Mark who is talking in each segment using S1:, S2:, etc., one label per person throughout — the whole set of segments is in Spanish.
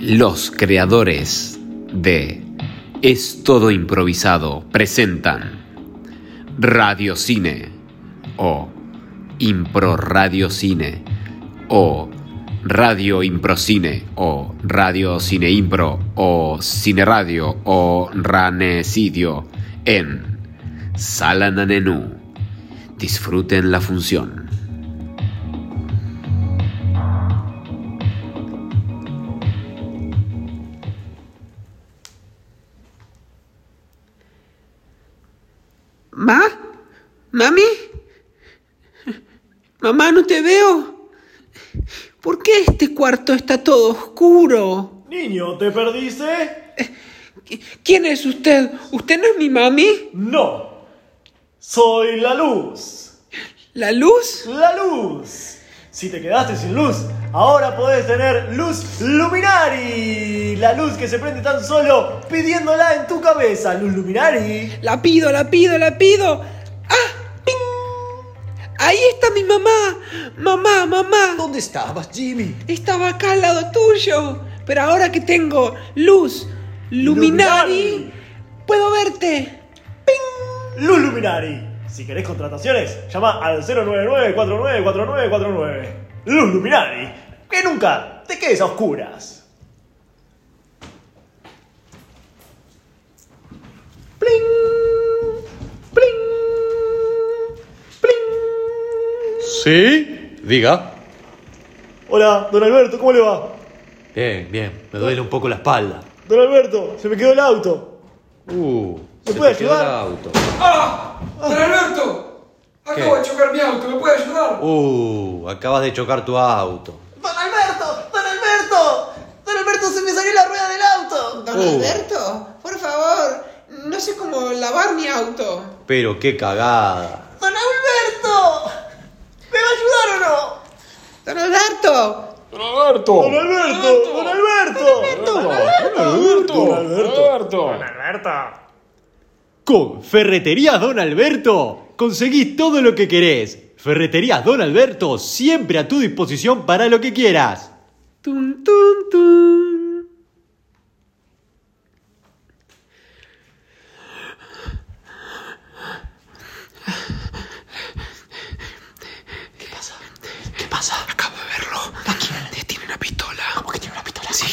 S1: Los creadores de Es todo improvisado presentan Radio Cine o Impro Radio Cine o Radio Improcine o Radio Cine Impro o Cine Radio o Ranecidio en Sala Nanenú. Disfruten la función.
S2: ¿Ma? ¿Mami? Mamá, no te veo. ¿Por qué este cuarto está todo oscuro?
S3: Niño, ¿te perdiste?
S2: ¿Qui- ¿Quién es usted? ¿Usted no es mi mami?
S3: No. Soy la luz.
S2: ¿La luz?
S3: La luz. Si te quedaste sin luz, ahora podés tener luz luminari. La luz que se prende tan solo pidiéndola en tu cabeza. Luz luminari.
S2: La pido, la pido, la pido. ¡Ah! ¡Ping! Ahí está mi mamá. Mamá, mamá.
S3: ¿Dónde estabas, Jimmy?
S2: Estaba acá al lado tuyo. Pero ahora que tengo luz, luminari,
S3: Luminari.
S2: puedo verte.
S3: Luz luminari. Si querés contrataciones, llama al 099-494949. Luz luminari. Que nunca te quedes a oscuras. ¡Pling! ¡Pling! ¡Pling!
S4: Sí, diga.
S3: Hola, don Alberto, ¿cómo le va?
S4: Bien, bien, me duele un poco la espalda.
S3: Don Alberto, se me quedó el auto.
S4: Uh,
S3: ¿Me
S4: se
S3: puede
S4: te quedó el
S3: ayudar?
S4: auto.
S5: ¡Ah! ¡Don Alberto! Acabo
S4: ¿Qué?
S5: de chocar mi auto, ¿me puede ayudar?
S4: Uh, acabas de chocar tu auto.
S3: ¡Don Alberto! ¡Don Alberto! ¡Don Alberto, se me salió la rueda del auto!
S2: Don
S4: Oh.
S2: Alberto, por favor, no sé cómo lavar mi auto.
S4: Pero qué cagada.
S3: ¡Don Alberto! ¿Me va a ayudar o no?
S2: Don Alberto,
S3: Don Alberto, Don Alberto, Don Alberto, Don Alberto, Don Alberto,
S6: Con Ferreterías Don Alberto conseguís todo lo que querés. Ferreterías Don Alberto siempre a tu disposición para lo que quieras.
S2: Tun, tun, tun. ¿Qué pasa? Acabo de verlo. Eh, Tiene una pistola. ¿Cómo que tiene una pistola? Sí.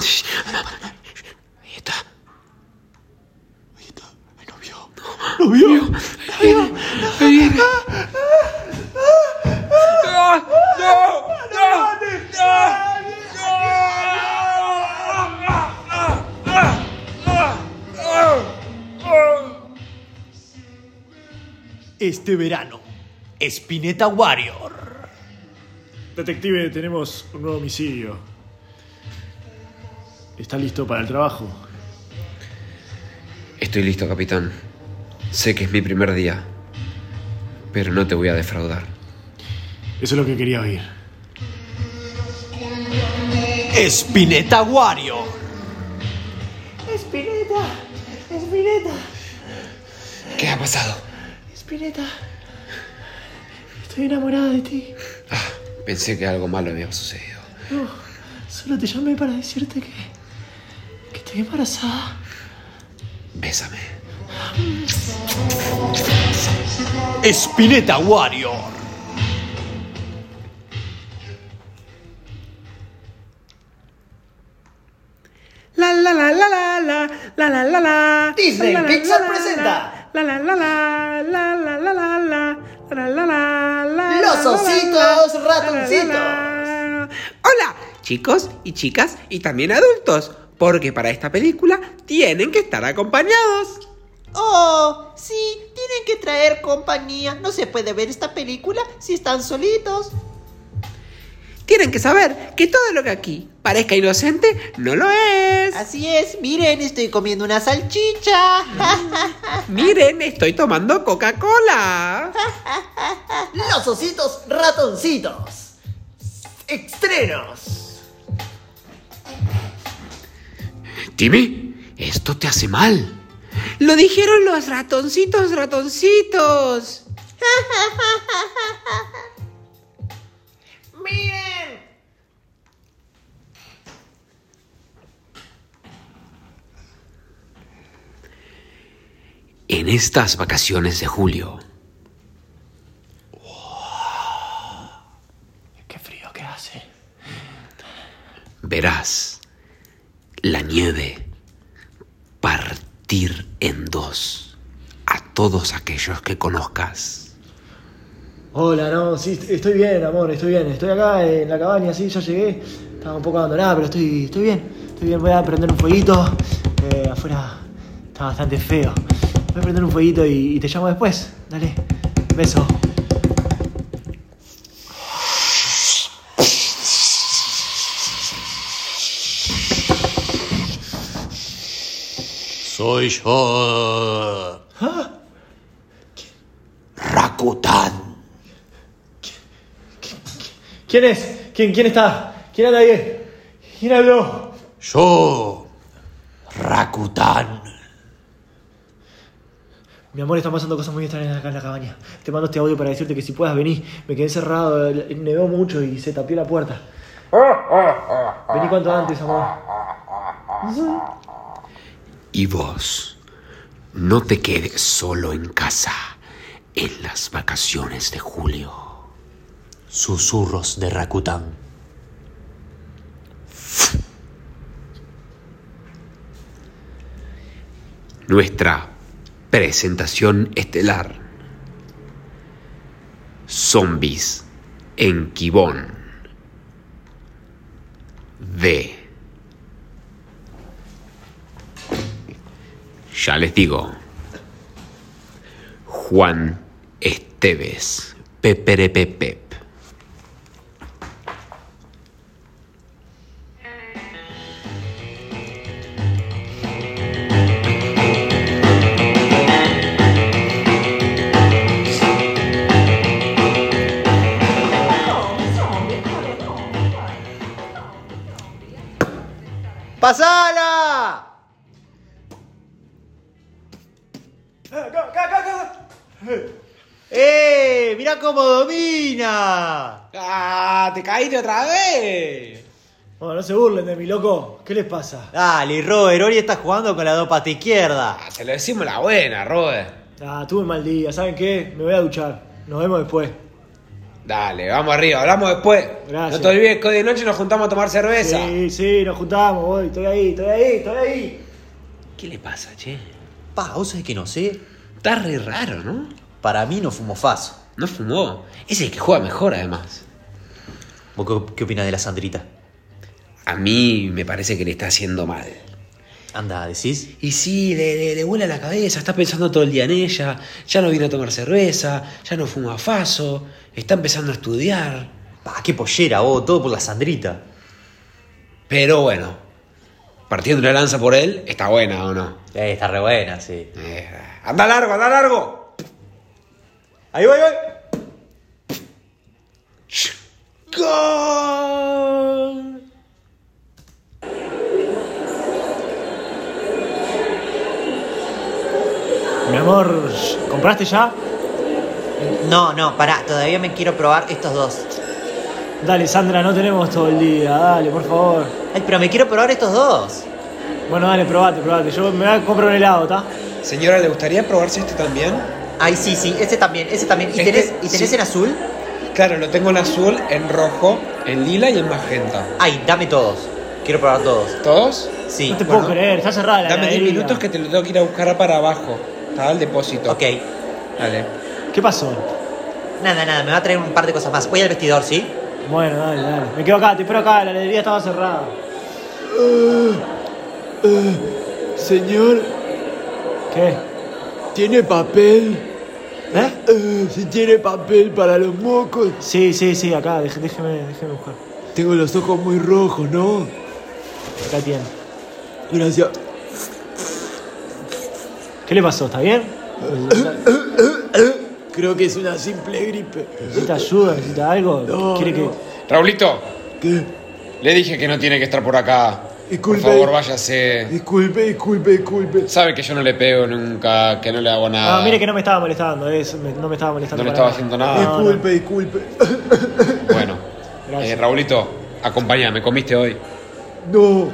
S2: Sí. Ahí está. Ahí está. No vio. No vio. Ahí viene. Ahí viene.
S5: ¡No! ¡No! ¡No!
S6: Este verano, Spinetta Warrior.
S3: Detective, tenemos un nuevo homicidio. ¿Está listo para el trabajo?
S1: Estoy listo, capitán. Sé que es mi primer día, pero no te voy a defraudar.
S3: Eso es lo que quería oír.
S6: Spinetta Warrior.
S2: Espineta, Espineta,
S1: ¿Qué ha pasado?
S2: Espineta. Estoy enamorada de ti.
S1: Pensé que algo malo había sucedido.
S2: Solo te llamé para decirte que. que estoy embarazada.
S1: Bésame.
S6: Spinetta Warrior.
S2: La la la la la la la la la la.
S3: Disney
S2: La, la, la,
S3: Pixar
S2: la, la,
S3: presenta.
S2: La la la la la la la la la la la la la. la,
S3: Los
S2: la,
S3: ositos
S2: la, la,
S3: ratoncitos.
S2: la, la. Hola, chicos y chicas y también adultos, porque para esta película tienen que estar acompañados.
S7: Oh, sí, tienen que traer compañía. No se puede ver esta película si están solitos.
S2: Tienen que saber que todo lo que aquí parezca inocente no lo es.
S7: Así es, miren, estoy comiendo una salchicha.
S2: Miren, estoy tomando Coca-Cola.
S3: Los ositos ratoncitos. Estrenos.
S1: Timmy, esto te hace mal.
S2: Lo dijeron los ratoncitos, ratoncitos.
S7: miren.
S1: en estas vacaciones de julio.
S3: Qué frío que hace.
S1: verás la nieve partir en dos a todos aquellos que conozcas.
S3: Hola, no, sí, estoy bien, amor, estoy bien. Estoy acá en la cabaña, sí, ya llegué. Estaba un poco abandonada, pero estoy, estoy bien. Estoy bien, voy a prender un fueguito. Eh, afuera está bastante feo. Voy a prender un fueguito y, y te llamo después. Dale, beso.
S4: Soy yo.
S3: Ah,
S4: Rakután.
S3: ¿Quién es? ¿Quién, quién está? ¿Quién anda ahí? ¿Quién habló?
S4: Yo. Rakután.
S3: Mi amor, están pasando cosas muy extrañas acá en la cabaña. Te mando este audio para decirte que si puedas venir. Me quedé encerrado, eh, nevó mucho y se tapió la puerta. Ah, Vení cuanto antes, amor.
S1: Y vos, no te quedes solo en casa en las vacaciones de julio.
S4: Susurros de Rakután.
S1: Nuestra presentación estelar. Zombies en Kibón. De. Ya les digo. Juan Esteves. Peperepepep.
S4: ¡Pasala!
S3: Acá, acá, acá, acá.
S4: ¡Eh! ¡Mirá cómo domina!
S6: ¡Ah! ¡Te caíste otra vez!
S3: Bueno, no se burlen de mí, loco. ¿Qué les pasa?
S4: Dale, Robert, hoy estás jugando con la dos patas izquierda.
S6: Ah, se lo decimos la buena, Robert.
S3: Ah, tuve un mal día. ¿Saben qué? Me voy a duchar. Nos vemos después.
S6: Dale, vamos arriba, hablamos después.
S3: Gracias.
S6: No te olvides que hoy de noche nos juntamos a tomar cerveza.
S3: Sí, sí, nos juntamos, voy. Estoy ahí, estoy ahí, estoy ahí.
S1: ¿Qué le pasa, che?
S4: Pa, vos sabés que no sé.
S1: Está re raro, ¿no?
S4: Para mí no fumo faso.
S1: No fumó. Es el que juega mejor, además.
S4: ¿Vos qué, qué opinás de la Sandrita?
S1: A mí me parece que le está haciendo mal.
S4: Anda, decís.
S1: Y sí, le, le, le vuela la cabeza, está pensando todo el día en ella, ya no viene a tomar cerveza, ya no fuma faso, está empezando a estudiar.
S4: Pa, qué pollera, vos, todo por la Sandrita.
S1: Pero bueno, partiendo la lanza por él, está buena o no.
S4: Eh, está re buena, sí.
S1: Eh, anda largo, anda largo.
S4: Ahí voy, voy.
S1: ¡Gol!
S3: Mi amor, ¿compraste ya?
S7: No, no, pará, todavía me quiero probar estos dos.
S3: Dale, Sandra, no tenemos todo el día. Dale, por favor.
S7: Ay, pero me quiero probar estos dos.
S3: Bueno, dale, probate, probate. Yo me voy a comprar un helado, ¿está?
S6: Señora, ¿le gustaría probarse este también?
S7: Ay, sí, sí, ese también, ese también. ¿Y
S6: Este,
S7: tenés, ¿y tenés
S6: sí.
S7: en azul?
S6: Claro, lo tengo en azul, en rojo, en lila y en magenta.
S7: Ay, dame todos. Quiero probar todos.
S6: ¿Todos?
S7: Sí.
S3: No te
S6: bueno.
S3: puedo creer, está cerrada la
S6: Dame 10
S3: heladería.
S6: minutos que te lo tengo que ir a buscar para abajo. Está al depósito.
S7: Ok.
S6: Dale.
S3: ¿Qué pasó?
S7: Nada, nada, me va a traer un par de cosas más. Voy al vestidor, ¿sí?
S3: Bueno, dale, dale. Me quedo acá, te espero acá, la heladería estaba cerrada.
S8: Señor,
S3: ¿Qué?
S8: ¿tiene papel?
S3: ¿Eh?
S8: Eh, si tiene papel para los mocos.
S3: Sí, sí, sí, acá, dej- déjeme, déjeme buscar.
S8: Tengo los ojos muy rojos, ¿no?
S3: Acá tiene.
S8: Gracias.
S3: ¿Qué le pasó? ¿Está bien?
S8: Creo que es una simple gripe.
S3: ¿Necesita ayuda? ¿Necesita algo?
S8: No,
S3: ¿Quiere
S8: no.
S3: que.?
S6: Raulito,
S8: ¿Qué?
S6: le dije que no tiene que estar por acá.
S8: Disculpe.
S6: Por favor, váyase.
S8: Disculpe, disculpe, disculpe.
S6: Sabe que yo no le pego nunca, que no le hago nada.
S3: Ah, mire que no me estaba molestando, es, me- no me estaba molestando.
S6: No le
S3: para
S6: estaba haciendo nada.
S3: No, no.
S8: disculpe, disculpe.
S6: Bueno,
S3: Gracias.
S6: eh, Raulito, acompáñame, ¿comiste hoy?
S8: No,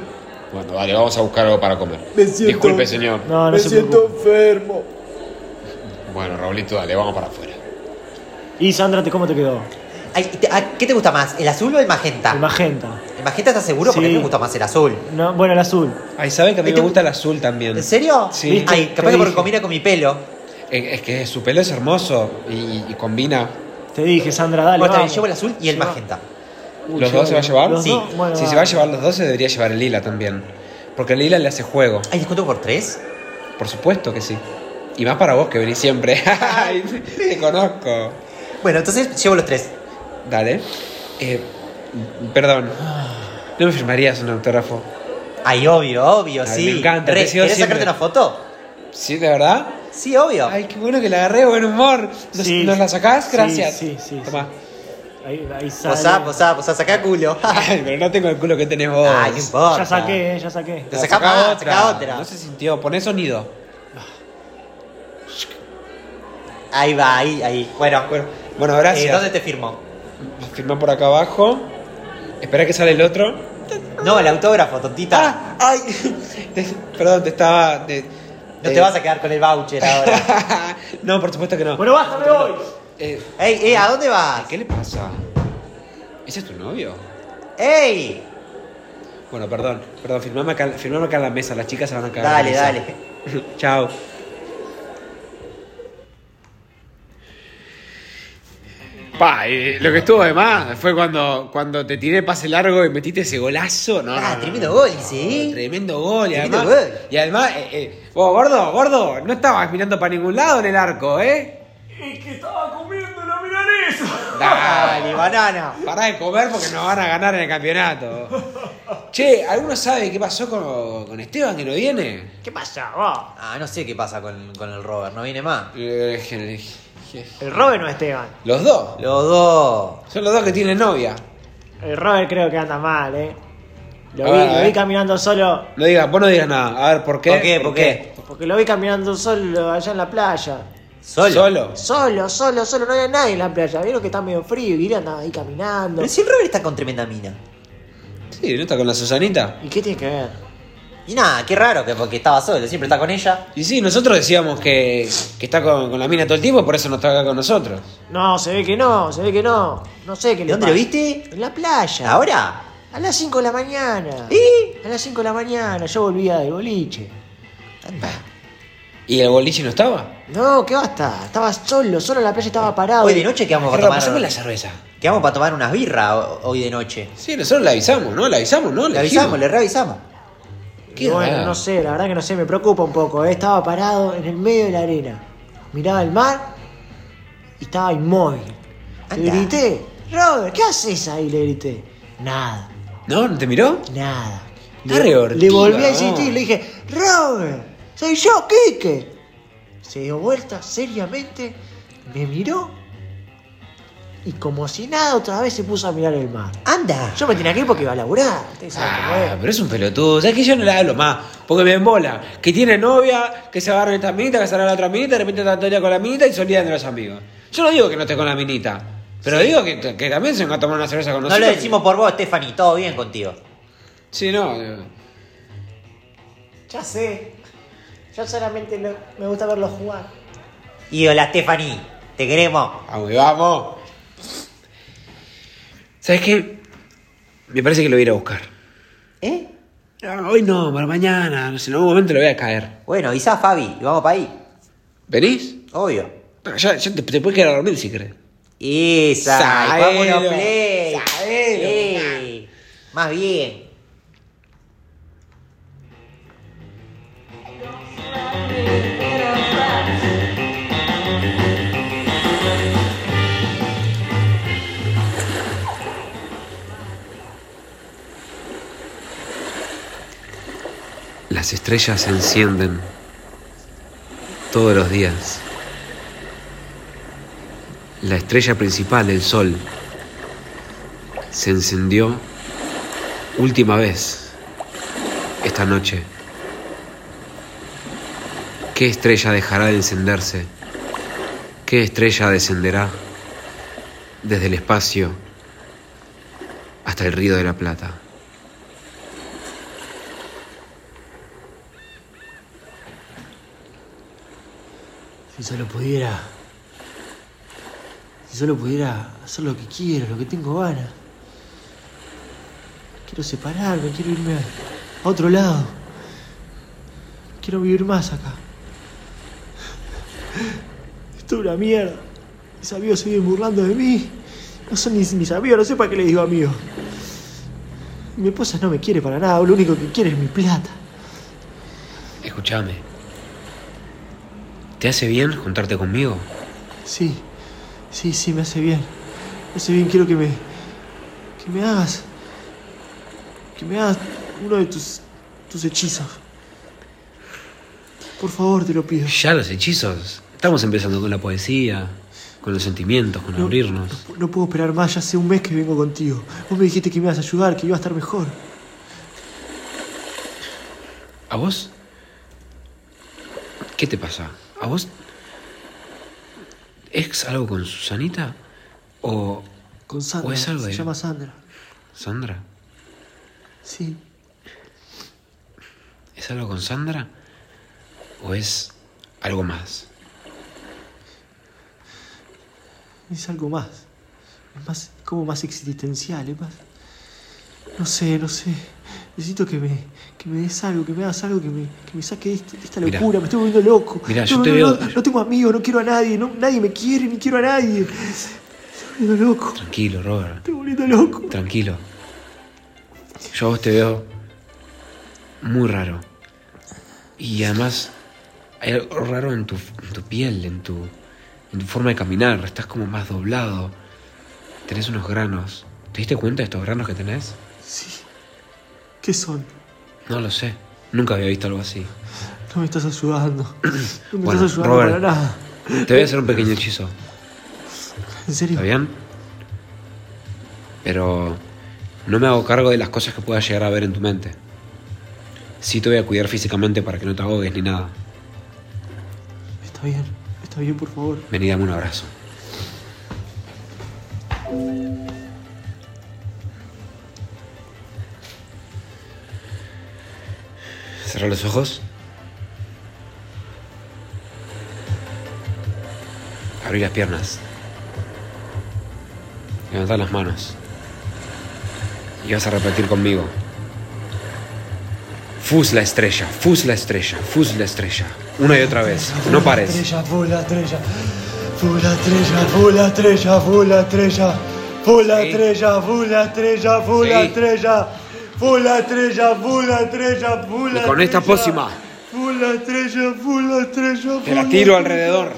S6: Bueno, dale, vamos a buscar algo para comer.
S8: Me siento-
S6: Disculpe, señor.
S3: No, no
S8: me
S3: se
S8: siento
S3: preocupe.
S8: enfermo.
S2: Bueno, Raulito, dale, vamos para afuera.
S9: Y Sandra, ¿te- ¿cómo te quedó?
S7: Ay, te- ah, ¿Qué te gusta más, el azul o el magenta?
S9: El magenta.
S7: El magenta está seguro porque a
S9: Sí.
S7: mí me gusta más el azul.
S9: No, bueno, el azul.
S6: Ay, ¿saben que a mí
S7: ¿Y
S6: me
S7: te-
S6: gusta el azul también?
S7: ¿En serio?
S6: Sí.
S7: Ay,
S9: Te
S7: capaz que porque
S9: dije.
S7: combina con mi pelo.
S6: Eh, Es que su pelo es hermoso y, y combina.
S9: Te dije, Sandra, dale.
S7: Bueno, está bien,
S9: vamos.
S7: llevo el azul y el
S9: Lleva-
S7: magenta.
S9: Uy,
S6: ¿Los dos se va a llevar?
S9: los
S6: sí.
S9: dos, bueno,
S6: si
S9: va.
S6: se va a llevar los dos, se debería llevar el lila también. Porque el lila le hace juego.
S7: Ay, descuento por tres.
S6: Por supuesto que sí. Y más para vos que venís siempre. Ay, te conozco.
S7: Bueno, entonces llevo los tres.
S6: Dale. Eh, perdón. ¿No me firmarías un autógrafo?
S7: Ay, obvio, obvio,
S6: Ay,
S7: sí.
S6: me encanta,
S7: Re,
S6: te sigo
S7: ¿Querés
S6: siempre.
S7: sacarte una foto?
S6: ¿Sí, de verdad?
S7: Sí, obvio.
S6: Ay, qué bueno que la agarré, buen humor. ¿Nos,
S9: Sí.
S6: nos la sacás?
S9: Sí,
S6: Gracias.
S9: sí, sí,
S6: Tomá.
S9: Ahí, ahí sale.
S7: posá, posá, posá, sacá culo.
S6: Ay, pero no tengo el culo que tenés vos.
S7: Ay, no importa.
S9: Ya saqué, eh, ya saqué.
S7: Te sacá más, sacá otra.
S6: No se sintió. Poné sonido.
S7: Ahí va, ahí, ahí. Bueno,
S6: Bueno, bueno
S7: eh,
S6: gracias.
S7: ¿dónde te firmo?
S6: Firmá por acá abajo. Espera que sale el otro.
S7: No, el autógrafo, tontita.
S6: Ah, ay. Te- perdón, te estaba. te-
S7: No
S6: eh,
S7: te vas a quedar con el voucher ahora.
S6: no, por supuesto que no.
S9: Bueno, basta, me voy.
S6: Eh,
S7: ¡Ey, ey! ¿A dónde vas?
S6: ¿Qué le pasa? ¿Ese es tu novio?
S7: ¡Ey!
S6: Bueno, perdón, perdón, firmame acá, firmame acá en la mesa, las chicas se van a cagar.
S7: Dale,
S6: de risa.
S7: dale.
S6: Chao.
S2: Pa, eh, lo que estuvo de más fue cuando, cuando te tiré pase largo y metiste ese golazo. No,
S7: Ah,
S2: no, no,
S7: tremendo
S2: no.
S7: gol, sí.
S6: Tremendo gol, y
S7: Tremendo
S6: además.
S7: gol.
S6: Y además, eh, eh, vos, gordo, gordo, no estabas mirando para ningún lado en el arco, ¿eh?
S3: Es que estaba comiendo la milanesa.
S7: Dale, banana.
S6: Pará de comer porque nos van a ganar en el campeonato. Che, ¿alguno sabe qué pasó con, con Esteban que no viene?
S9: ¿Qué pasa? va?
S7: Ah, no sé qué pasa con, con el Robert, no viene más.
S6: Eh, je- je-
S9: El Robert no Esteban.
S6: Los dos.
S7: Los dos.
S6: Son los dos que tienen novia.
S9: El Robert creo que anda mal, eh. Lo
S6: A
S9: vi,
S6: ver, a
S9: lo
S6: ver.
S9: vi caminando solo.
S6: No digas, vos no digas nada. A ver, ¿por qué?
S7: ¿Por qué? ¿Por qué?
S9: Porque lo vi caminando solo allá en la playa.
S7: Solo.
S6: Solo.
S9: Solo, solo, solo. No había nadie en la playa. Vieron que está medio frío y Guiria andaba ahí caminando.
S7: Pero si el Robert está con tremenda mina.
S6: Sí, ¿no está con la Susanita?
S9: ¿Y qué tiene que ver?
S7: Y nada, qué raro que porque estaba solo, siempre está con ella.
S6: Y sí, nosotros decíamos que, que está con, con la mina todo el tiempo, por eso no está acá con nosotros.
S9: No, se ve que no, se ve que no. No sé qué
S7: ¿De
S9: le
S7: dónde
S9: pasa.
S7: lo viste?
S9: En la playa.
S7: ¿Ahora?
S9: A las 5 de la mañana.
S7: ¿Y?
S9: A las 5 de la mañana. Yo volvía del boliche.
S6: ¿Y el boliche no estaba?
S9: No, ¿qué basta? Estaba solo, solo en la playa estaba
S6: Ah,
S9: parado.
S7: Hoy de noche quedamos para
S6: Gerardo,
S7: tomar.
S6: pasame la cerveza.
S7: Quedamos para tomar unas birras
S4: Ah,
S7: ho- hoy de noche.
S6: Sí, nosotros le avisamos, ¿no? Le avisamos, ¿no?
S7: Le avisamos,
S6: dijimos.
S7: le reavisamos.
S6: Qué
S9: Y bueno,
S6: raro.
S9: no sé, la verdad que no sé, me preocupa un poco. eh. Estaba parado en el medio de la arena. Miraba el mar y estaba inmóvil. Le
S7: Anda.
S9: grité, Robert, ¿qué haces ahí? Le grité. Nada,
S6: ¿No? ¿No te miró?
S9: nada.
S6: Está re
S9: Le, le
S6: hortiva,
S9: volví
S6: ¿no?
S9: a insistir, le dije, Robert, soy yo, Quique. Se dio vuelta seriamente, me miró y como si nada otra vez se puso a mirar el mar.
S7: Anda.
S9: Yo me tenía que ir porque iba a laburar. ustedes saben cómo es.
S6: Ah, pero es un pelotudo. ¿Sabes que yo no le hablo más? Porque me embola. Que tiene novia, que se agarra esta minita, que se agarra la otra minita, de repente está Antonia con la minita y se olvidan de los amigos. Yo no digo que no esté con la minita. Pero digo que, que también se van a tomar una cerveza con
S7: No
S6: nosotros.
S7: lo decimos por vos, Stephanie, todo bien contigo.
S6: Sí, no. eh,
S9: Ya sé. Yo solamente lo- me gusta verlo jugar.
S7: Y hola, Stephanie, te queremos.
S6: Vamos, vamos. ¿Sabes qué? Me parece que lo voy a ir a buscar.
S7: ¿Eh?
S6: Ah, hoy no, para mañana. No sé, en algún momento lo voy a caer.
S7: Bueno, Isa, Fabi, y vamos para ahí.
S6: ¿Venís?
S7: Obvio.
S6: Ah, Ya, ya te, te puedes quedar a dormir si querés.
S7: Isa, y
S6: Sabelo,
S7: vámonos play.
S6: sabelo.
S7: Sí, Más bien.
S6: Las estrellas se encienden todos los días. La estrella principal, el sol, se encendió última vez esta noche. ¿Qué estrella dejará de encenderse? ¿Qué estrella descenderá desde el espacio hasta el río de la Plata?
S9: Si solo pudiera. Si solo pudiera hacer lo que quiero, lo que tengo ganas. Quiero separarme, quiero irme a otro lado. Quiero vivir más acá. Esto es una mierda. Mis amigos se viven burlando de mí. No son ni mis amigos, no sé para qué les digo amigos. Mi esposa no me quiere para nada, lo único que quiere es mi plata.
S6: Escúchame. ¿Te hace bien juntarte conmigo?
S9: Sí, sí, sí, me hace bien. Me hace bien, quiero que me. que me hagas. que me hagas uno de tus. tus hechizos. Por favor, te lo pido.
S6: Ya los hechizos. Estamos empezando con la poesía, con los sentimientos, con abrirnos.
S9: No, no puedo esperar más, ya hace un mes que vengo contigo. Vos me dijiste que me ibas a ayudar, que iba a estar mejor.
S6: ¿A vos? ¿Qué te pasa? ¿A vos? ¿Es algo con Susanita? ¿O
S9: Con Sandra.
S6: Pues algo
S9: se
S6: de-
S9: llama Sandra.
S6: Sandra?
S9: Sí.
S6: ¿Es algo con Sandra? ¿O es algo más?
S9: Es algo más. Es más, como más existencial, es más. No sé, no sé. Necesito que me, que me des algo, que me hagas algo, que me, que me saque de este- de esta
S6: Mirá.
S9: locura. Me estoy volviendo loco.
S6: Mirá,
S9: no,
S6: yo
S9: no,
S6: te
S9: no,
S6: veo-
S9: no, no tengo amigos, no quiero a nadie. No, nadie me quiere, ni quiero a nadie. Me estoy volviendo loco. Me
S6: Tranquilo, Robert.
S9: estoy volviendo loco.
S6: Tranquilo. Yo a vos te veo muy raro. Y además hay algo raro en tu, en tu piel, en tu, en tu forma de caminar. Estás como más doblado. Tenés unos granos. ¿Te diste cuenta de estos granos que tenés?
S9: Sí. ¿Qué son?
S6: No lo sé. Nunca había visto algo así.
S9: No me estás ayudando. No me
S6: Bueno,
S9: estás ayudando
S6: Robert.
S9: para nada.
S6: Te voy a hacer un pequeño hechizo.
S9: En serio.
S6: ¿Está bien? Pero no me hago cargo de las cosas que puedas llegar a ver en tu mente. Sí te voy a cuidar físicamente para que no te ahogues ni nada.
S9: Está bien. Está bien, por favor.
S6: Vení, dame un abrazo. Cerra los ojos. Abrí las piernas. Levantá las manos. Y vas a repetir conmigo. Fus la estrella, fus la estrella, fus la estrella. Una y otra vez. No pares.
S9: Estrella, full la estrella. Full la estrella, full la estrella, full la estrella. Full la
S6: Sí.
S9: estrella, full la estrella, full la
S6: Sí.
S9: estrella. Full la estrella, full la estrella, full la
S6: Y con esta
S9: estrella.
S6: pócima.
S9: Full la estrella, full la estrella.
S6: Te la
S9: full
S6: tiro
S9: estrella.
S6: alrededor.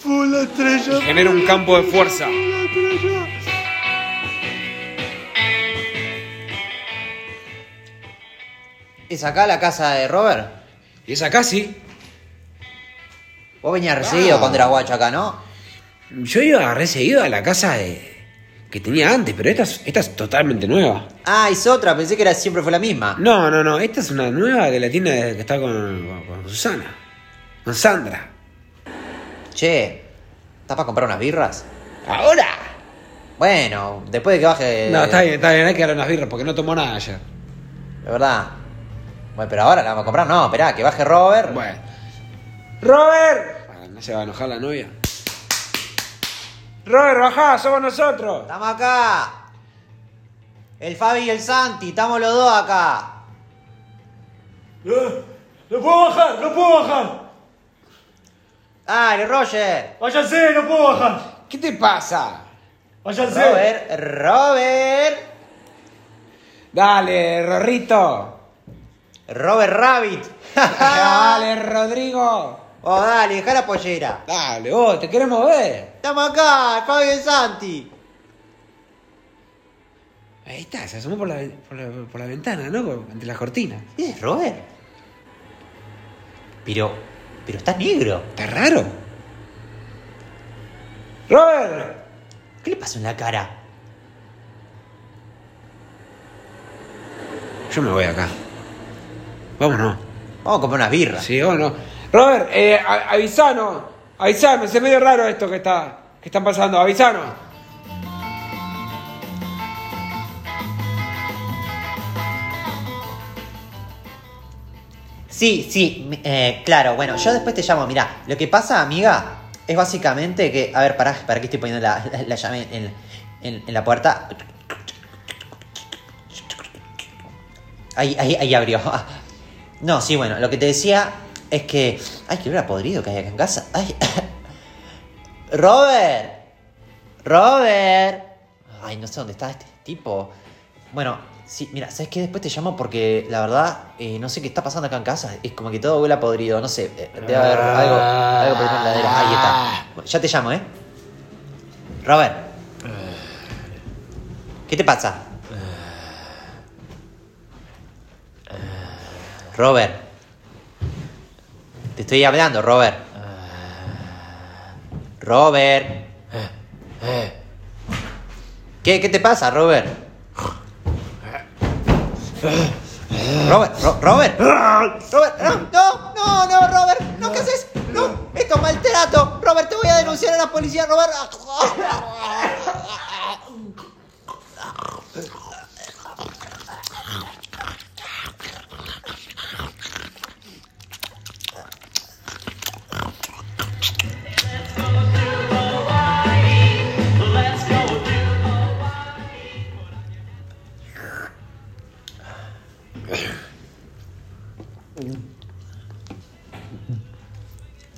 S9: Full la estrella.
S6: Genera un campo de fuerza.
S9: full la estrella.
S7: ¿Es acá la casa de Robert?
S6: Y es acá sí.
S7: Vos venías recibido cuando eras guacho acá, ¿no?
S6: Yo iba recibido a la casa de... que tenía antes, pero esta es, esta es totalmente nueva.
S7: Ah, es otra, pensé que era, siempre fue la misma.
S6: No, no, no. Esta es una nueva que la tiene desde que está con, con- con Susana. Con Sandra.
S7: Che, ¿estás para comprar unas birras?
S6: ¡Ahora!
S7: Bueno, después de que baje.
S6: No, está bien, está bien. Hay que dar unas birras porque no tomó nada ayer.
S7: De verdad. Bueno, pero ahora la vamos a comprar. No, esperá, que baje Robert.
S6: Bueno. ¡Robert! Ah, No se va a enojar la novia. ¡Robert, bajá! ¡Somos nosotros!
S7: Estamos acá. El Fabi y el Santi, estamos los dos acá.
S3: No, Eh, no puedo bajar, no puedo bajar.
S7: Dale, Roger.
S3: Váyanse, no puedo bajar.
S6: ¿Qué te pasa?
S3: Váyanse.
S7: Robert, Robert.
S6: Dale, Rorrito.
S7: Robert Rabbit.
S6: Dale, Rodrigo.
S7: Oh, dale, dejá la pollera.
S6: Dale, vos, te queremos ver.
S7: Estamos acá, el Fabi y el Santi.
S6: Ahí está, se asomó por la, ven- por la- por la ventana, ¿no? Por- Entre las cortinas.
S7: ¿Ese es Robert? Pero. Pero está negro.
S6: Está raro. ¡Robert!
S7: ¿Qué le pasó en la cara?
S6: Yo me voy acá. Vámonos.
S7: Vamos a comprar unas birras.
S6: Sí, o no. Robert, eh, a- avisanos. Avisanos, es medio raro esto que está que están pasando. Avisanos.
S7: Sí, sí, m- eh, claro, bueno, yo después te llamo, mirá, lo que pasa, amiga,
S4: es básicamente que. A ver, pará, ¿para qué estoy poniendo la, la- la llave en, en- en la puerta? Ahí, ahí, ahí abrió. No, sí, bueno, lo que te decía eh, es que. Ay, qué olor a podrido que hay acá en casa. Ay. Robert. Robert. Ay, no sé dónde está este tipo. Bueno, sí, mira, ¿sabes qué? Después te llamo porque la verdad eh, no sé qué está pasando acá en casa. Es como que todo huele a podrido, no sé. eh, Debe haber algo, algo por la heladera. Ahí está. Bueno, ya te llamo, ¿eh? Robert. ¿Qué te pasa? Robert. Te estoy hablando, Robert. Robert. ¿Qué, qué te pasa, Robert? Robert, Ro- Robert. Robert, no, no, no, no, Robert, no, ¿qué haces? No, esto es maltrato. Robert, te voy a denunciar a la policía, Robert.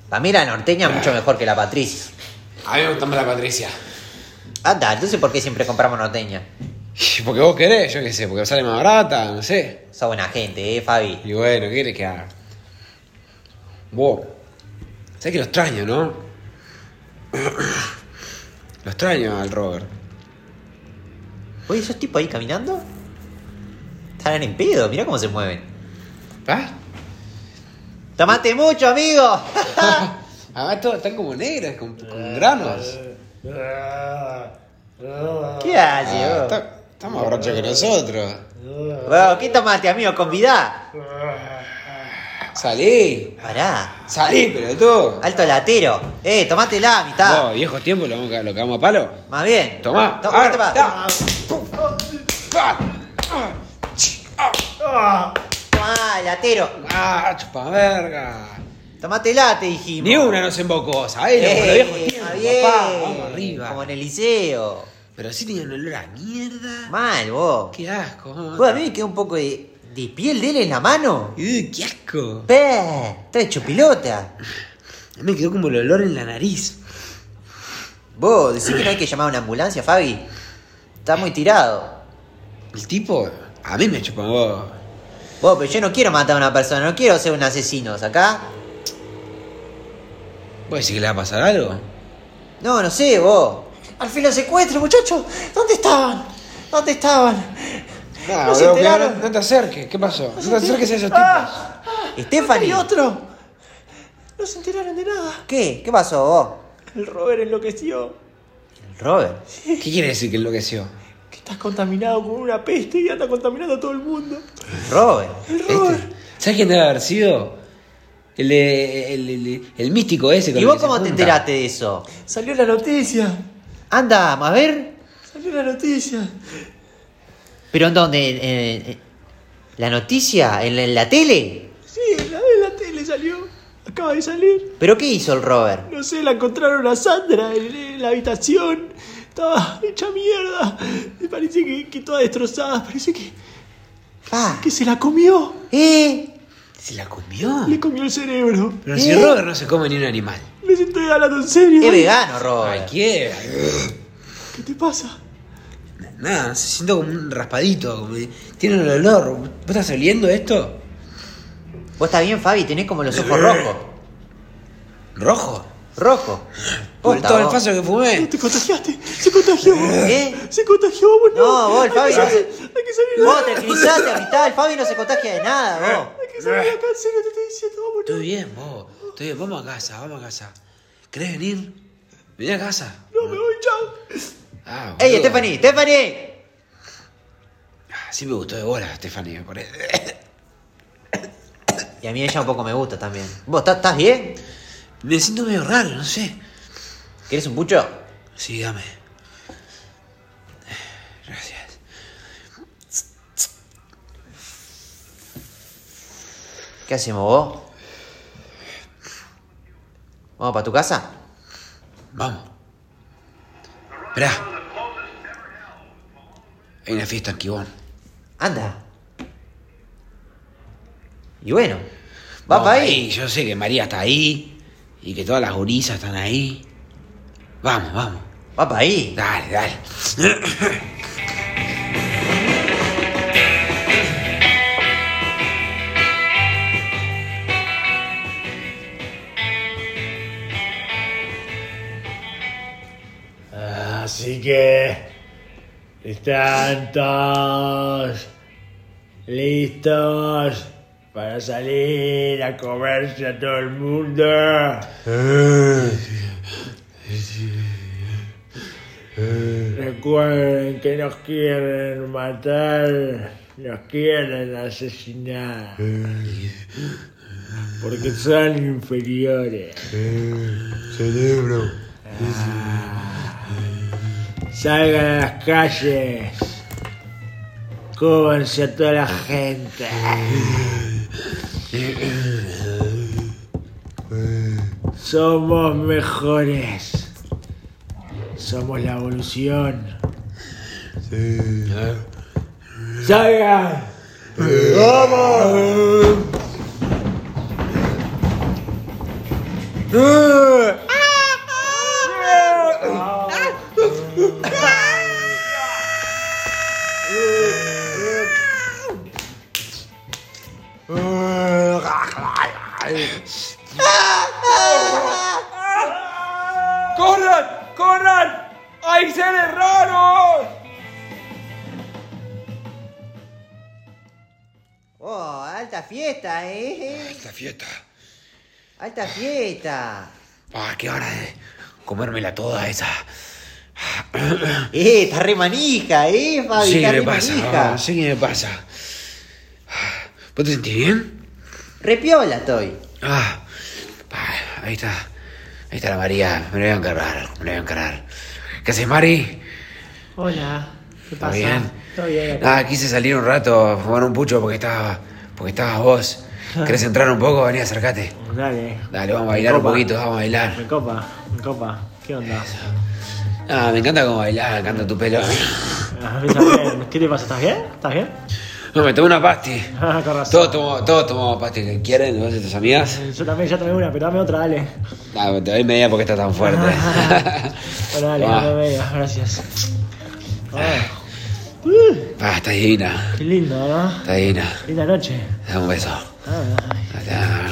S4: Para mí la norteña es mucho mejor que la Patricia.
S6: A mí me gusta más la Patricia.
S4: Anda, entonces ¿por qué siempre compramos norteña?
S6: Porque vos querés, yo qué sé, porque sale más barata, no sé.
S4: Sos buena gente, eh, Fabi.
S6: Y bueno, ¿qué querés que haga? Vos, sabés que lo extraño, ¿no? Lo extraño al Robert.
S4: Oye, esos tipos ahí caminando. Están en pedo, mirá cómo se mueven.
S6: ¿Ah?
S4: ¡Tomaste mucho, amigo!
S6: Además, todos están Ah, como negras, con, con granos.
S4: ¿Qué haces,
S6: Ah,
S4: vos?
S6: está- está más borracho que nosotros.
S4: Vos, ¿Qué tomaste, amigo? Convidá.
S6: Salí,
S4: Pará.
S6: salí, pero tú.
S4: Alto latero. Eh, tomátela, amistad.
S6: Vos, viejos tiempos, lo, vamos a- lo cagamos a palo.
S4: Más bien.
S6: Tomá.
S4: To-
S6: Ah,
S4: tomate más.
S6: ta. Ah,
S4: Tomá, latero.
S6: Ah, chupa verga.
S4: Tomátela, te dijimos.
S6: Ni una nos embocó, ¿sabés? Como los
S4: Eh,
S6: viejos tiempos,
S4: Javier.
S6: papá. Vamos arriba.
S4: Como en el liceo.
S6: Pero sí tenía un olor a mierda.
S4: Mal, vos.
S6: Qué asco. ¿no?
S4: Vos, a mí me quedó un poco de, de piel de él en la mano.
S6: Eh, qué asco.
S4: Pe, trae chupilota.
S6: A mí me quedó como el olor en la nariz.
S4: Vos, decís que no hay que llamar a una ambulancia, Fabi. Está muy tirado.
S6: El tipo, a mí me chupó vos.
S4: Vos, pero yo no quiero matar a una persona, no quiero ser un asesino, ¿acá?
S6: ¿Vos decís que le va a pasar algo?
S4: No, no sé, vos.
S9: Al fin lo secuestro, muchachos. ¿Dónde estaban? ¿Dónde estaban?
S6: Nah,
S9: No se
S6: boludo, cuidado,
S9: enteraron.
S6: no, no te acerques. ¿Qué pasó? No te acerques a esos tipos.
S9: Ah.
S4: Stephanie.
S9: Hay otro. No se enteraron de nada.
S4: ¿Qué? ¿Qué pasó, vos?
S9: El Robert enloqueció.
S4: El Robert.
S6: ¿Qué quiere decir que enloqueció?
S9: Que estás contaminado con una peste y anda contaminando a todo el mundo.
S4: El Robert.
S6: Este. ¿Sabes quién debe haber sido? El, de- el, el- el- el místico ese. con
S4: ¿Y
S6: el
S4: vos
S6: que se
S4: cómo te
S6: junta.
S4: enteraste de eso?
S9: Salió la noticia.
S4: Anda, a ver.
S9: Salió la noticia.
S4: ¿Pero en dónde? ¿En- en- en- ¿La noticia? ¿En, la- en la tele?
S9: Sí, en la, en la tele salió. Acaba de salir.
S4: ¿Pero qué hizo el Robert?
S9: No sé, la encontraron a Sandra en, en la habitación. Estaba hecha mierda. Me parece que, que toda destrozada. Parece que,
S4: Pa.
S9: que se la comió.
S4: ¿Eh?
S6: ¿Se la comió?
S9: Le comió el cerebro.
S6: Pero si Robert no se come ni un animal.
S9: Les estoy hablando en serio.
S4: Es vegano,
S6: Ay,
S4: Robert.
S6: ¿qué?
S9: ¿Qué te pasa?
S6: Nada, se siento como un raspadito. como que Tiene un olor. ¿Vos estás oliendo esto?
S4: ¿Vos estás bien, Fabi? Tenés como
S6: Eh.
S4: los ojos rojos.
S6: ¿Rojo?
S4: Rojos.
S6: Por
S4: Posta,
S6: todo el
S4: vos.
S6: paso que fumé.
S9: Te contagiaste. Se contagió.
S4: ¿Eh?
S9: Se contagió, boludo.
S4: No, vos, el Fabi.
S9: Hay que salir de la
S4: Vos te tranquilizaste, amistad. El Fabi no se contagia de nada, vos.
S9: Hay
S6: Eh.
S9: que salir de acá, en serio, te estoy diciendo, vamos.
S6: Estoy bien, vos. Estoy bien. Vamos a casa, vamos a casa. ¿Querés venir? Vení a casa.
S9: No, me voy, chao.
S6: Ah,
S4: ¡Ey,
S6: boludo.
S4: Stephanie! ¡Stephanie!
S6: Ah, Sí me gustó de bola, Stephanie, me parece.
S4: Y a mí ella un poco me gusta también. ¿Vos estás- estás bien?
S6: Me siento medio raro, no sé.
S4: ¿Querés un pucho?
S6: Sí, dame. Gracias.
S4: ¿Qué hacemos vos? ¿Vamos para tu casa?
S6: Vamos. Esperá. Hay una fiesta en Quibón.
S7: Anda. Y bueno, va
S6: Vamos
S7: para ahí.
S6: Yo sé que María está ahí y que todas las gurisas están ahí. Vamos, vamos.
S7: Va para ahí.
S6: Dale, dale.
S9: Así que están todos listos para salir a comerse a todo el mundo. Eh, Recuerden que nos quieren matar, nos quieren asesinar, porque son inferiores. eh,
S8: Cerebro.
S9: Salgan a las calles. Cúbanse a toda la gente. Somos mejores. Somos la evolución. ¡Salgan! ¡Vamos!
S6: ¡Corran! ¡Corran! ¡Hay seres raros!
S7: Oh, alta fiesta, eh.
S6: Esta fiesta.
S7: Alta fiesta.
S6: Ah, qué hora de comérmela toda esa.
S7: Eh, está re manija, eh, Fabi.
S6: sí
S7: está
S6: que
S7: re
S6: me pasa,
S7: manija.
S6: ah, sí que me pasa. Ah, ¿Vos te sentís bien?
S7: Repiola estoy.
S6: Ah, pa, ahí está. Ahí está la María. Me la voy a encargar, me la voy a encargar. ¿Qué haces, Mari?
S10: Hola, ¿qué
S6: ¿Está
S10: pasa?
S6: bien?
S10: Todo bien.
S6: Ah, quise salir un rato a fumar un pucho porque estaba. porque estabas vos. ¿Querés entrar un poco? Vení, acércate.
S3: Dale.
S6: Dale, vamos a bailar un
S3: Copa.
S6: poquito, vamos a bailar.
S3: Me copa, me copa. ¿Qué onda?
S6: Ah, me encanta cómo bailás, me encanta tu pelo.
S3: A mí también. ¿Qué te pasa? ¿Estás Ah, bien? ¿Estás bien?
S6: No, me tomé una pasti.
S3: Ah, con razón.
S6: Todos tomamos, todos tomamos pasti que quieren, vos y tus amigas.
S3: Yo también ya tomé una, pero dame otra, dale.
S6: Ah, te doy media porque está tan fuerte.
S3: Bueno, dale,
S6: Ah.
S3: dame media, gracias.
S6: Ah, está divina,
S3: Qué lindo, ¿no?
S6: está divina.
S3: Linda noche.
S6: Dame un beso.
S3: Ah,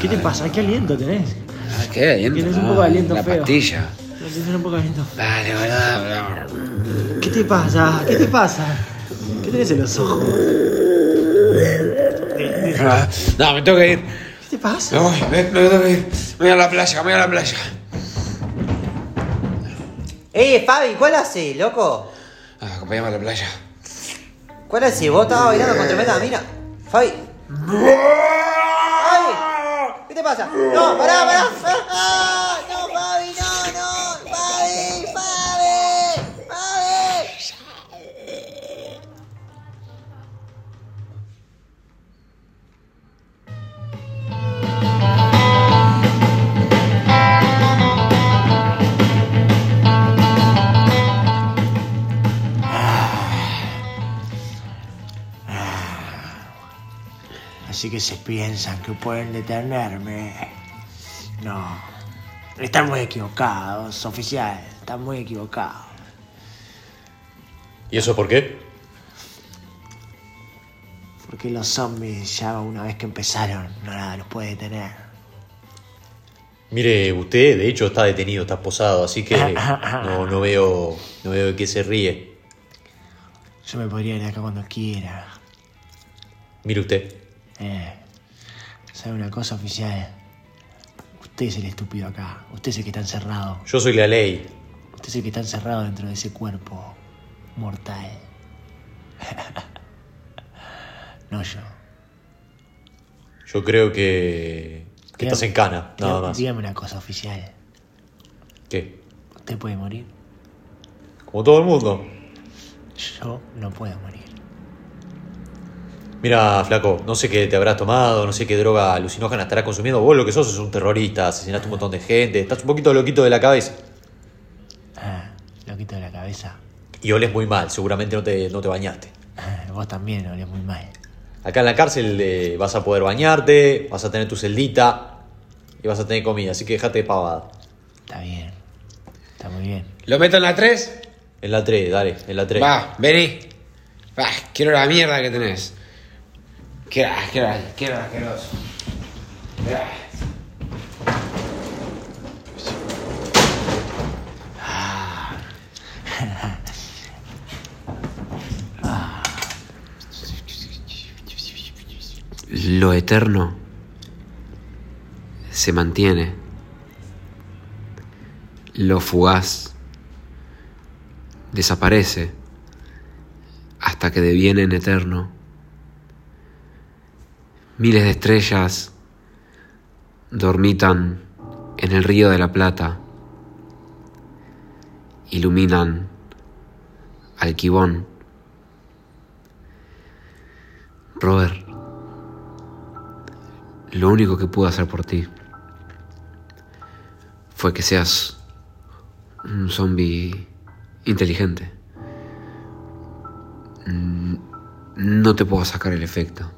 S3: ¿Qué te pasa? ¿Qué aliento tenés?
S6: Ah, ¿Qué? Aliento,
S3: Tienes un
S6: no,
S3: poco de aliento
S6: La
S3: feo.
S6: pastilla.
S3: Me tiene un poco de aliento.
S6: Dale, boludo.
S3: ¿Qué te pasa? ¿Qué te pasa? ¿Qué tenés en los ojos?
S6: Ah, No, me tengo que ir.
S3: ¿Qué te pasa?
S6: Me voy, me, me tengo que ir. Me voy a la playa, me voy a la playa.
S7: Eh, Fabi, ¿cuál hace, loco?
S6: Ah, acompáñame a la playa.
S7: ¿Cuál hace? Vos estabas bailando con tremenda mira. Fabi. Fabi, ¿qué te pasa? No, pará, pará. pará. Ah, no, Fabi, no, no. Fabi, Fabi, Fabi.
S9: Así que se piensan que pueden detenerme. No. Están muy equivocados, oficial. Están muy equivocados.
S4: ¿Y eso por qué?
S9: Porque los zombies ya una vez que empezaron, nada los puede detener.
S4: Mire, usted de hecho está detenido, está posado, así que no, no veo no veo de qué se ríe.
S9: Yo me podría ir de acá cuando quiera.
S4: Mire usted.
S9: Eh. ¿Sabe una cosa, oficial? Usted es el estúpido acá. Usted es el que está encerrado.
S4: Yo soy la ley.
S9: Usted es el que está encerrado dentro de ese cuerpo mortal. no yo.
S4: Yo creo que, que estás en cana, nada
S9: Dígame-
S4: más.
S9: Dígame una cosa, oficial.
S4: ¿Qué?
S9: ¿Usted puede morir?
S4: Como todo el mundo.
S9: Yo no puedo morir.
S4: Mira, flaco, no sé qué te habrás tomado, no sé qué droga alucinógena estarás consumiendo. Vos lo que sos es un terrorista, asesinaste un montón de gente, estás un poquito loquito de la cabeza.
S7: loquito de la cabeza.
S9: Y oles muy mal, seguramente no te, no te bañaste.
S7: Vos también olés muy mal.
S9: Acá en la cárcel eh, vas a poder bañarte, vas a tener tu celdita y vas a tener comida, así que dejate de pavada.
S7: Está bien. Está muy bien.
S11: ¿Lo meto en la 3?
S9: En la 3, dale, en la 3.
S11: Va, vení. Va, quiero la mierda que tenés. Quiero, quiero, quiero, quiero.
S6: Lo eterno se mantiene. Lo fugaz desaparece hasta que devienen eterno. Miles de estrellas dormitan en el río de la Plata, iluminan al Quibón. Robert, lo único que pude hacer por ti fue que seas un zombie inteligente. Mm, No te puedo sacar el efecto.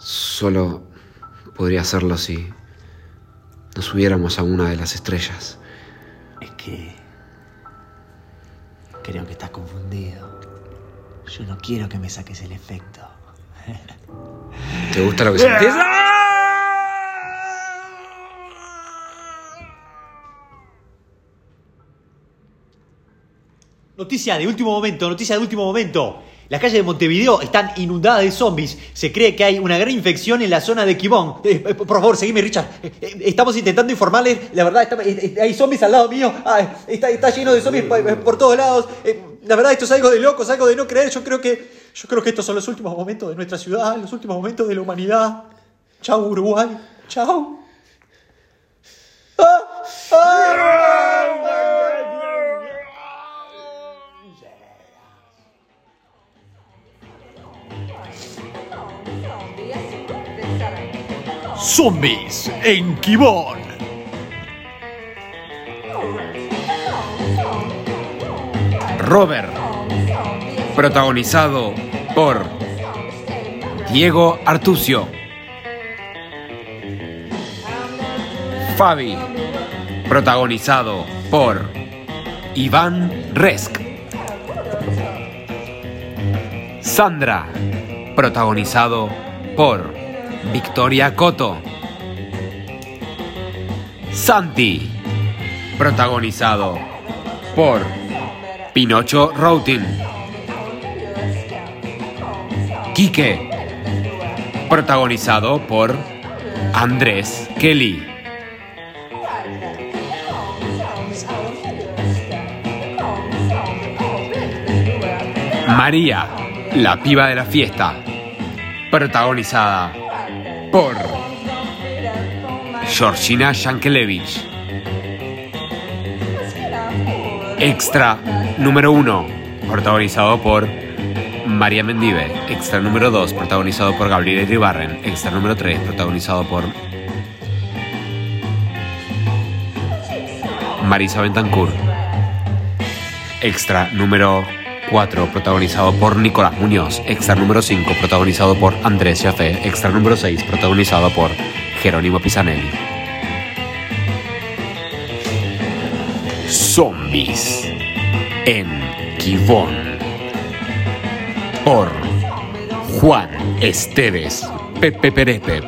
S6: Solo podría hacerlo si nos subiéramos a una de las estrellas.
S7: Es que. Creo que estás confundido. Yo no quiero que me saques el efecto.
S6: ¿Te gusta lo que sentís?
S4: Noticia de último momento, noticia de último momento. Las calles de Montevideo están inundadas de zombies. Se cree que hay una gran infección en la zona de Quibón. Eh, eh, por favor, seguime, Richard. Eh, eh, estamos intentando informarles. La verdad, está- eh, eh, hay zombies al lado mío. Ah, está, está lleno de zombies pa- eh, por todos lados. Eh, la verdad, esto es algo de locos, algo de no creer. Yo creo que, yo creo que estos son los últimos momentos de nuestra ciudad, los últimos momentos de la humanidad. Chao, Uruguay. Chao. Ah, ah.
S8: Zombies en Kibón.
S1: Robert, protagonizado por Diego Artucio, Fabi, protagonizado por Iván Resk, Sandra, protagonizado por Victoria Coto, Santi, protagonizado por Pinocho Routin. Quique. Protagonizado por Andrés Kelly. María, la piba de la fiesta. Protagonizada por Georgina Yankelevich. Extra número 1, protagonizado por María Mendive. Extra número 2, protagonizado por Gabriel Ribarren. Extra número 3, protagonizado por Marisa Bentancur. Extra número 4, protagonizado por Nicolás Muñoz. Extra número 5, protagonizado por Andrés Jafé. Extra número 6, protagonizado por Jerónimo Pisanelli. Zombies en Quibón por Juan Esteves Pepe Perepep